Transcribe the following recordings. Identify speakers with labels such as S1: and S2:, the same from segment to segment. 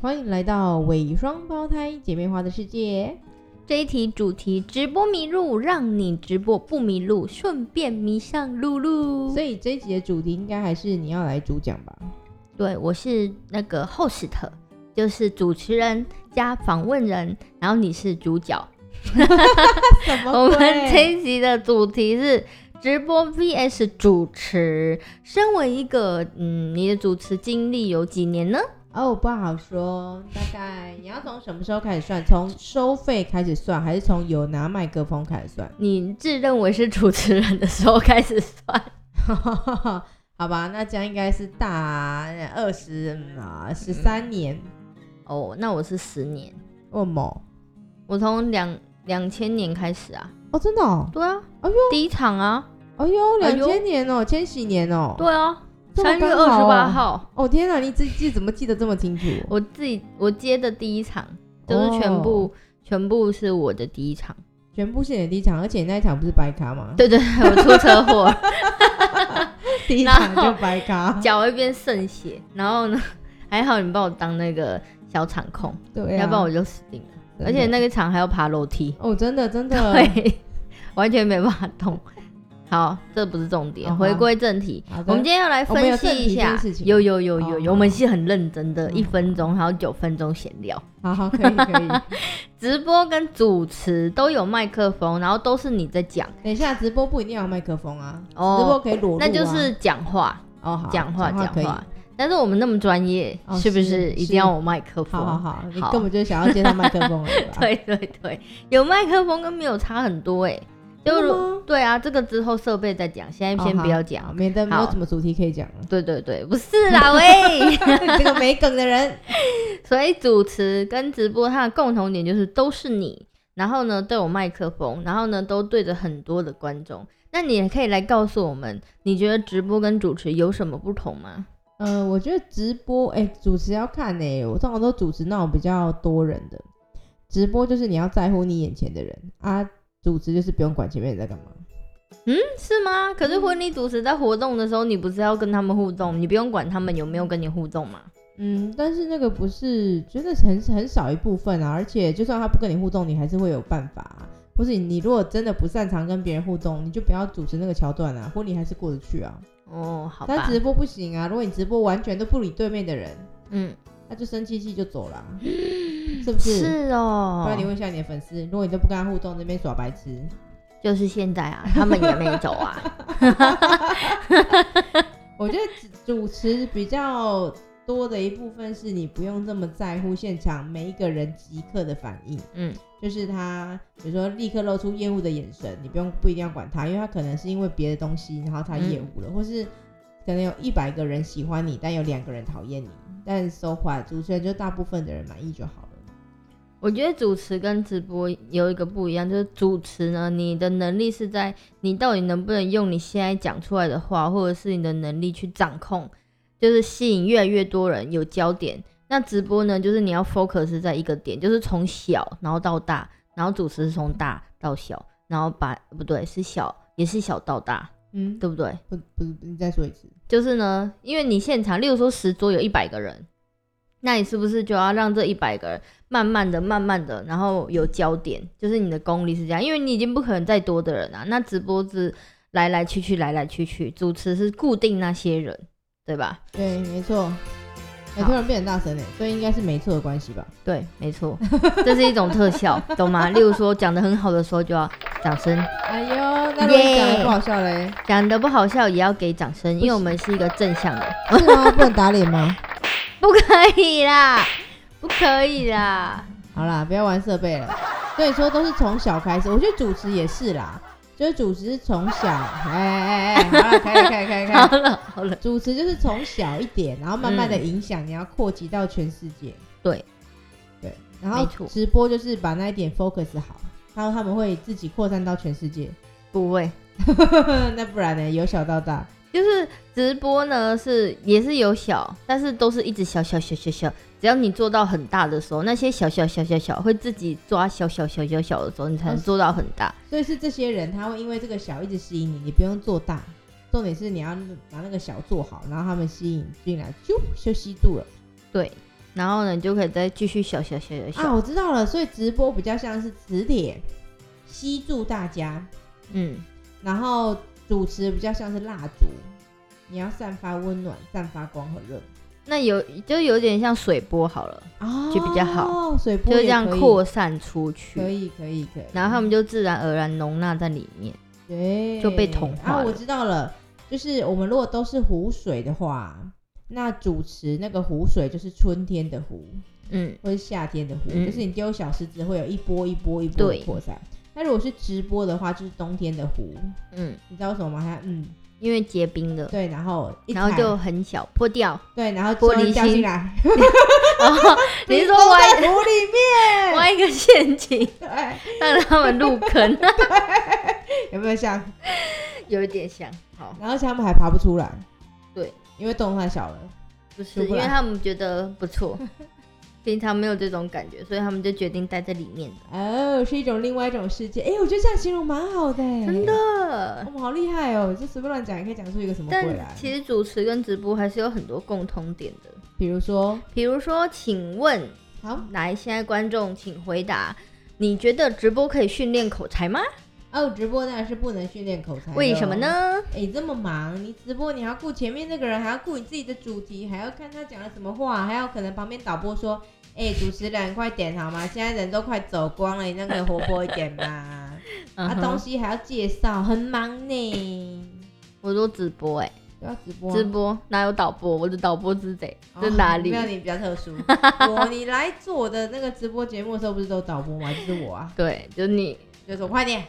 S1: 欢迎来到伪双胞胎姐妹花的世界。
S2: 这一题主题直播迷路，让你直播不迷路，顺便迷上露露
S1: 所。以这一集的主题应该还是你要来主讲吧？
S2: 对，我是那个 host，就是主持人加访问人，然后你是主角。
S1: 什么
S2: 我们
S1: 鬼
S2: 这一集的主题是直播 VS 主持。身为一个嗯，你的主持经历有几年呢？
S1: 哦，不好说，大概你要从什么时候开始算？从收费开始算，还是从有拿麦克风开始算？
S2: 你自认为是主持人的时候开始算，
S1: 好吧，那这样应该是大呃二十啊十三年。
S2: 哦，那我是十年，
S1: 哦某
S2: 我从两两千年开始啊，
S1: 哦，真的哦，
S2: 对啊，
S1: 哎呦
S2: 第一场啊，
S1: 哎呦，
S2: 哎
S1: 两
S2: 呦
S1: 千年哦，千禧年哦，
S2: 对啊，
S1: 这么
S2: 三月
S1: 刚
S2: 二
S1: 好
S2: 十
S1: 哦
S2: 八。号，
S1: 哦天哪，你自己记怎么记得这么清楚？
S2: 我自己我接的第一场就是全
S1: 哦
S2: 部、全部是我的第一场，
S1: 全部是你的第一场，而且你那一场不是白卡吗？
S2: 对对对，我出车祸，
S1: 第一场就白卡。
S2: 脚会变渗血，然后呢，还好你帮我当那个小场控，
S1: 对啊，
S2: 要不然我就死定了，
S1: 真的
S2: 而且那个场还要爬楼梯，
S1: 哦，真的真的，
S2: 对， 完全没办法动。好，这不是重点，
S1: 哦好好
S2: 回归正题。
S1: 好的
S2: 我们今天要来
S1: 我们有
S2: 分析
S1: 正题
S2: 一
S1: 这
S2: 下
S1: 件事，情
S2: 有有有有
S1: 哦
S2: 有，我们是很认真的，
S1: 嗯
S2: 一分钟还有九分钟闲聊。
S1: 好好可以可 以。
S2: 直播跟主持都有麦克风，然后都是你在讲，
S1: 等一下直播不一定要有麦克风啊，
S2: 哦
S1: 直播可以裸露、啊，
S2: 那就是讲话，
S1: 哦好，
S2: 讲话，讲
S1: 可以。
S2: 话。但是我们那么专业，
S1: 哦
S2: 是不
S1: 是
S2: 是一定要有麦克
S1: 好好
S2: 风？
S1: 好，你
S2: 好，
S1: 根本就想要接到麦克风了，吧
S2: 对对对，有麦克风跟没有差很多哎。就
S1: 真的
S2: 如
S1: 吗
S2: 对啊，这个之后设备再讲，现在先
S1: 哦好
S2: 不要讲
S1: 好。免得没有
S2: 好
S1: 什么主题可以讲了。
S2: 对对对，不是啦喂。
S1: 这个没梗的人，
S2: 所以主持跟直播它的共同点就是都是你，然后呢都有麦克风，然后呢都对着很多的观众。那你也可以来告诉我们，你觉得直播跟主持有什么不同吗？
S1: 呃，我觉得直播，哎、主持要看呢、我通常都主持那种比较多人的，直播就是你要在乎你眼前的人啊，主持就是不用管前面人在干嘛。
S2: 是吗？可是婚礼主持在活动的时候，你不是要跟他们互动，你不用管他们有没有跟你互动吗？
S1: 嗯，但是那个不是，真的很很少一部分啊，而且就算他不跟你互动，你还是会有办法、啊。不是你如果真的不擅长跟别人互动，你就不要主持那个桥段啊，婚礼还是过得去啊。
S2: 哦，好
S1: 但
S2: 吧，
S1: 直播不行啊，如果你直播完全都不理对面的人，
S2: 嗯，
S1: 那就生气气就走了啊、是不是？
S2: 是
S1: 不然你
S2: 哦，
S1: 问一下你的粉丝，如果你都不跟他互动，这边耍白痴，
S2: 就是现在啊，他们也没走啊，
S1: 我觉得 主持比较多的一部分是你不用这么在乎现场每一个人即刻的反应，
S2: 嗯，
S1: 就是他比如说立刻露出厌恶的眼神，你不用不一定要管他，因为他可能是因为别的东西，然后他厌恶了，或是可能有一百个人喜欢你，但有两个人讨厌你，但 so what，主持人就大部分的人满意就好了。
S2: 我觉得主持跟直播有一个不一样，就是主持呢，你的能力是在你到底能不能用你现在讲出来的话，或者是你的能力去掌控，就是吸引越来越多人有焦点。那直播呢，就是你要 focus 在一个点，就是从小然后到大，然后主持是从大到小，然后把不对是小也是小到大，
S1: 嗯，
S2: 对不对？
S1: 不不不，你再说一次。
S2: 就是呢，因为你现场，例如说十桌有一百个人，那你是不是就要让这一百个人慢慢的、慢慢的，然后有焦点，就是你的功力是这样，因为你已经不可能再多的人啊。那直播是来来去去，来来去去，主持是固定那些人，对吧？
S1: 对，没错。哎、
S2: 好
S1: 突然变很大声哎，所以应该是没错的关系吧？
S2: 对，没错，这是一种特效，懂吗？例如说讲的很好的时候就要掌声，
S1: 哎呦，那如果你讲的不好笑嘞，
S2: 讲的不好笑也要给掌声，因为我们是一个正向的，
S1: 是吗？不能打脸吗？
S2: 不可以啦，不可以啦，
S1: 好啦，不要玩设备了。所以说都是从小开始，我觉得主持也是啦，就是主持是从小，哎哎 哎，好了，可以可以可以可
S2: 好
S1: 以。
S2: 了好了，
S1: 主持就是从小一点，然后慢慢的影响，你要扩及到全世界。
S2: 对
S1: 对，然后
S2: 没错
S1: 直播就是把那一点 focus 好，然后他们会自己扩散到全世界。
S2: 不会。
S1: 那不然呢？由小到大，
S2: 就是直播呢，是也是有小，但是都是一直小小小小小。只要你做到很大的时候，那些小小小小小会自己抓小小小小小的时候，你才能做到很大。
S1: 所以是这些人，他会因为这个小一直吸引你，你不用做大，重点是你要把那个小做好，然后他们吸引进来，就就吸住了。
S2: 对，然后呢，你就可以再继续小小小小小，
S1: 啊，我知道了，所以直播比较像是磁铁吸住大家，
S2: 嗯，
S1: 然后主持比较像是蜡烛，你要散发温暖、散发光和热
S2: 那有就有点像水波好了，
S1: 啊
S2: 就比较好，
S1: 水
S2: 就
S1: 波
S2: 是
S1: 也
S2: 这样
S1: 可以
S2: 扩散出
S1: 可
S2: 去，
S1: 以可以可以，
S2: 然后他们就自然而然容纳在里面。
S1: 对
S2: 就被同化
S1: 啊，
S2: 了
S1: 我知道了，就是我们如果都是湖水的话，那主持那个湖水就是春天的湖，
S2: 嗯，
S1: 或是夏天的湖，
S2: 嗯
S1: 就是你丢小石子会有一波一波一波
S2: 对
S1: 的扩散。那如果是直播的话，就是冬天的湖，
S2: 嗯，
S1: 你知道为什么吗？它嗯，
S2: 因为结冰了，
S1: 对，然后一
S2: 呃然后
S1: 踩
S2: 就很小破掉。
S1: 对，然后
S2: 玻璃
S1: 玻璃掉
S2: 心
S1: 进来，
S2: 哦，你是说
S1: 都
S2: 挖
S1: 在湖里面？
S2: 挖一个陷阱，
S1: 对，
S2: 让他们入坑？
S1: 有没有像？
S2: 有一点像，好，
S1: 然后他们还爬不出来，
S2: 对，
S1: 因为洞太小了。
S2: 不是
S1: 出
S2: 因
S1: 不啊
S2: 为
S1: 来
S2: 他们觉得 不错，平常没有这种感觉，所以他们就决定待在里面。
S1: 哦，是一种另外一种世界。哎，我觉得这样形容蛮好的，
S2: 真。的
S1: 我，们好厉害哦！这随便乱讲也可以讲出一个什么鬼来
S2: 但。其实主持跟直播还是有很多共通点的，
S1: 比如说，
S2: 比如说，请问
S1: 好
S2: 来，现在观众请回答，你觉得直播可以训练口才吗？
S1: 哦，直播当然是不能训练口才，
S2: 为什么？呢？
S1: 哎、这么忙，你直播你还要顾前面那个人，还要顾你自己的主题，还要看他讲了什么话，还要可能旁边导播说：“哎、主持人快点好吗？现在人都快走光了，你那个活泼一点 吧。”啊，
S2: 嗯哼
S1: 东西还要介绍，很忙呢。
S2: 我说直播、欸，
S1: 都要直播啊，
S2: 直播哪有导播？我的导播是谁？
S1: 哦
S2: 在哪里
S1: 没？有你比较特殊，我你来做我的那个直播节目的时候，不是都导播吗？就是我啊，
S2: 对，就你，
S1: 就说快点，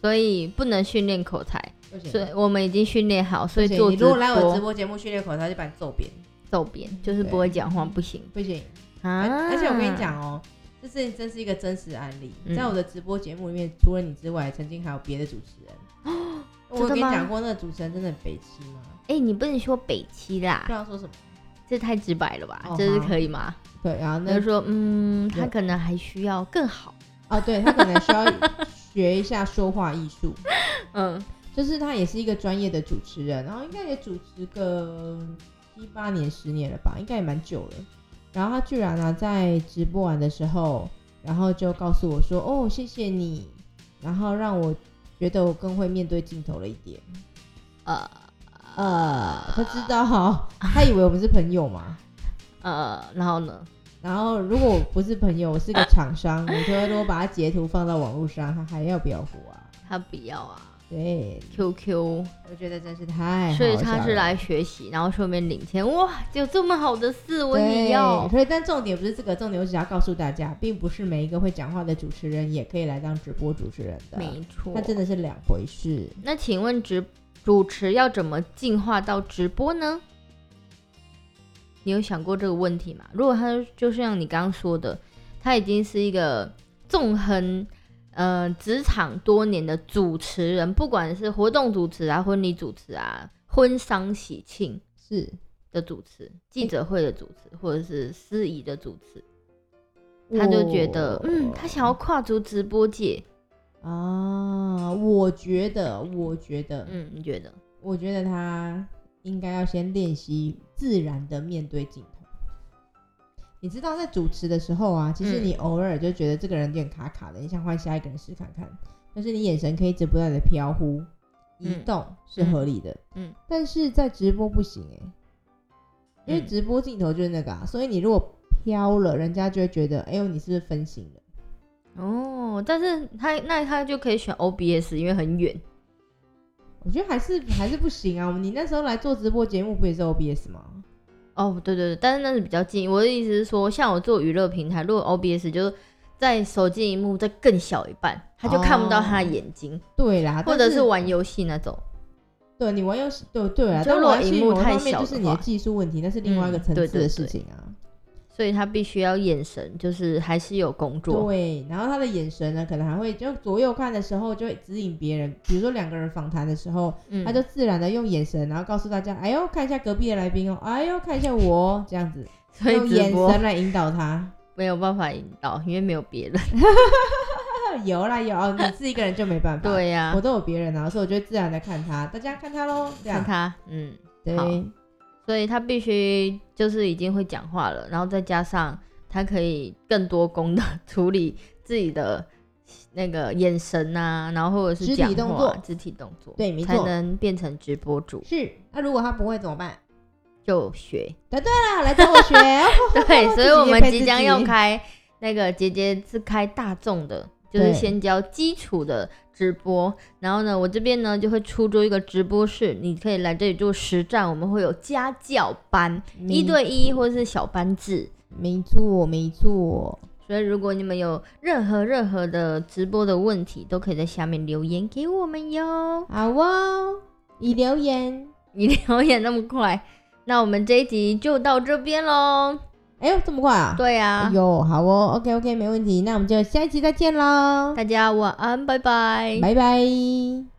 S2: 所以不能训练口才，
S1: 不行
S2: 所以我们已经训练好，所以
S1: 不行
S2: 做
S1: 你
S2: 直
S1: 如果来我直
S2: 播
S1: 播节目训练口才，就把你揍扁，
S2: 揍扁，就是不会讲话不行
S1: 不行。嗯而
S2: 啊！
S1: 而且我跟你，讲哦，这是真是一个真实案例，
S2: 嗯
S1: 在我的直播节目里面，除了你之外，曾经还有别的主持人。 我有
S2: 真的
S1: 跟你
S2: 吗
S1: 讲过那个主持人真的很北七吗？
S2: 哎、你不能说北七
S1: 不
S2: 啦
S1: 知，道说什么。
S2: 这太直白了吧？
S1: 啊哦
S2: 这是
S1: 好
S2: 可以吗？
S1: 对，然后
S2: 那
S1: 那
S2: 就说，嗯，
S1: 有
S2: 他可能还需要更好，
S1: 哦，对他可能需要学一下说话艺术，
S2: 嗯，
S1: 就是他也是一个专业的主持人，然后应该也主持个一八年、十年了吧，应该也蛮久了。然后他居然呢、啊在直播完的时候，然后就告诉我说：“哦，谢谢你。”然后让我觉得我更会面对镜头了一点。
S2: 呃
S1: 呃，他知道哈，他以为我们是朋友嘛。
S2: 呃，然后呢？
S1: 然后如果我不是朋友，我是个厂商，你说如果把它截图放到网络上，他还要不要活啊？
S2: 他不要啊
S1: 对，
S2: ，QQ，
S1: 我觉得真是太好
S2: 所以他
S1: 笑
S2: 是
S1: 了
S2: 来学习，然后顺便领钱。哇，有这么好的事，我
S1: 对
S2: 也要。
S1: 所以，但重点不是这个，重点我只要告诉大家，并不是每一个会讲话的主持人也可以来当直播主持人的，
S2: 没错
S1: 那。真的是两回事。
S2: 那请问直主持要怎么进化到直播呢？你有想过这个问题吗？如果他就像你刚刚说的，他已经是一个纵横呃职场多年的主持人，不管是活动主持啊、婚礼主持啊、婚丧喜庆，
S1: 是
S2: 的主持、记者会的主持，或者是司仪的主持，他就觉
S1: 哦
S2: 得，嗯，他想要跨足直播界，
S1: 要啊，我觉得，我觉得，
S2: 嗯，你觉得？
S1: 我觉得他应该要先练习自然的面对镜头。你知道，在主持的时候啊，其实
S2: 嗯
S1: 你偶尔就觉得这个人有点卡卡的，你想换下一个人试看看，但是你眼神可以一直不断的飘忽、移
S2: 嗯
S1: 动是合理的。
S2: 嗯嗯
S1: 但是在直播不行哎、因为
S2: 嗯
S1: 直播镜头就是那个啊，所以你如果飘了，人家就会觉得，哎呦，你是不是分心了？
S2: 哦，但是他那他就可以选 OBS，因为很远，
S1: 我觉得还是还是不行啊。你那时候来做直播节目，不也是 OBS 吗？
S2: 哦，对对对，但是那是比较近。我的意思是说，像我做娱乐平台，如果 OBS 就是在手机荧幕再更小一半，他就看不到他的眼睛，
S1: 对啦，
S2: 或
S1: 但
S2: 者是玩游戏那种。
S1: 对你玩游戏，对对啊，
S2: 就
S1: 但
S2: 如果
S1: 玩游戏
S2: 荧幕
S1: 某
S2: 太
S1: 方面
S2: 小
S1: 就
S2: 的
S1: 是你的
S2: 话
S1: 技术问题，那是另外一个
S2: 嗯
S1: 层
S2: 对
S1: 次
S2: 对
S1: 的事
S2: 对
S1: 情啊。
S2: 所以他必须要眼神，就是还是有工作，
S1: 对，然后他的眼神呢，可能还会就左右看的时候就会指引别人，比如说两个人访谈的时候，
S2: 嗯，
S1: 他就自然的用眼神，然后告诉大家，哎呦，看一下隔壁的来宾哦，哎呦，看一下我哦，这样 子，
S2: 所以
S1: 用
S2: 直
S1: 眼
S2: 播
S1: 神来引导他。
S2: 没有办法引导，因为没有别人。
S1: 哦有啦有，你自己一个人就没办法。、
S2: 对啊呀、
S1: 啊我都有别人啊，所以我就会自然的看他，大家看他喽，这
S2: 看
S1: 样
S2: 他，嗯，好
S1: 对。
S2: 所以他必须就是已经会讲话了，然后再加上他可以更多功的 处理自己的那个眼神啊，然后或者是
S1: 肢体
S2: 讲
S1: 动
S2: 话、
S1: 作
S2: 肢体动作，
S1: 对没
S2: 才
S1: 错
S2: 能变成直播主，
S1: 是，那如果他不会怎么办？
S2: 就学。
S1: 啊，来找我学。哦
S2: 对， 所以我们即将要
S1: 自己
S2: 开那个姐姐是开大众的，就是
S1: 对
S2: 先教基础的直播，然后呢，我这边呢就会出租一个直播室，你可以来这里做实战，我们会有家教班， 一
S1: 没
S2: 对一或是小班制。
S1: 没错，没错。
S2: 所以，如果你们有任何任何的直播的问题，都可以在下面留言给我们哟。
S1: 好哦，已留言。
S2: 你留言那么快，那我们这一集就到这边喽。
S1: 哎呦，这么快啊？
S2: 对
S1: 哎
S2: 啊，
S1: 呦，好哦，OK OK，没问题。那我们就下一期再见喽，
S2: 大家晚安，拜拜。
S1: 拜拜。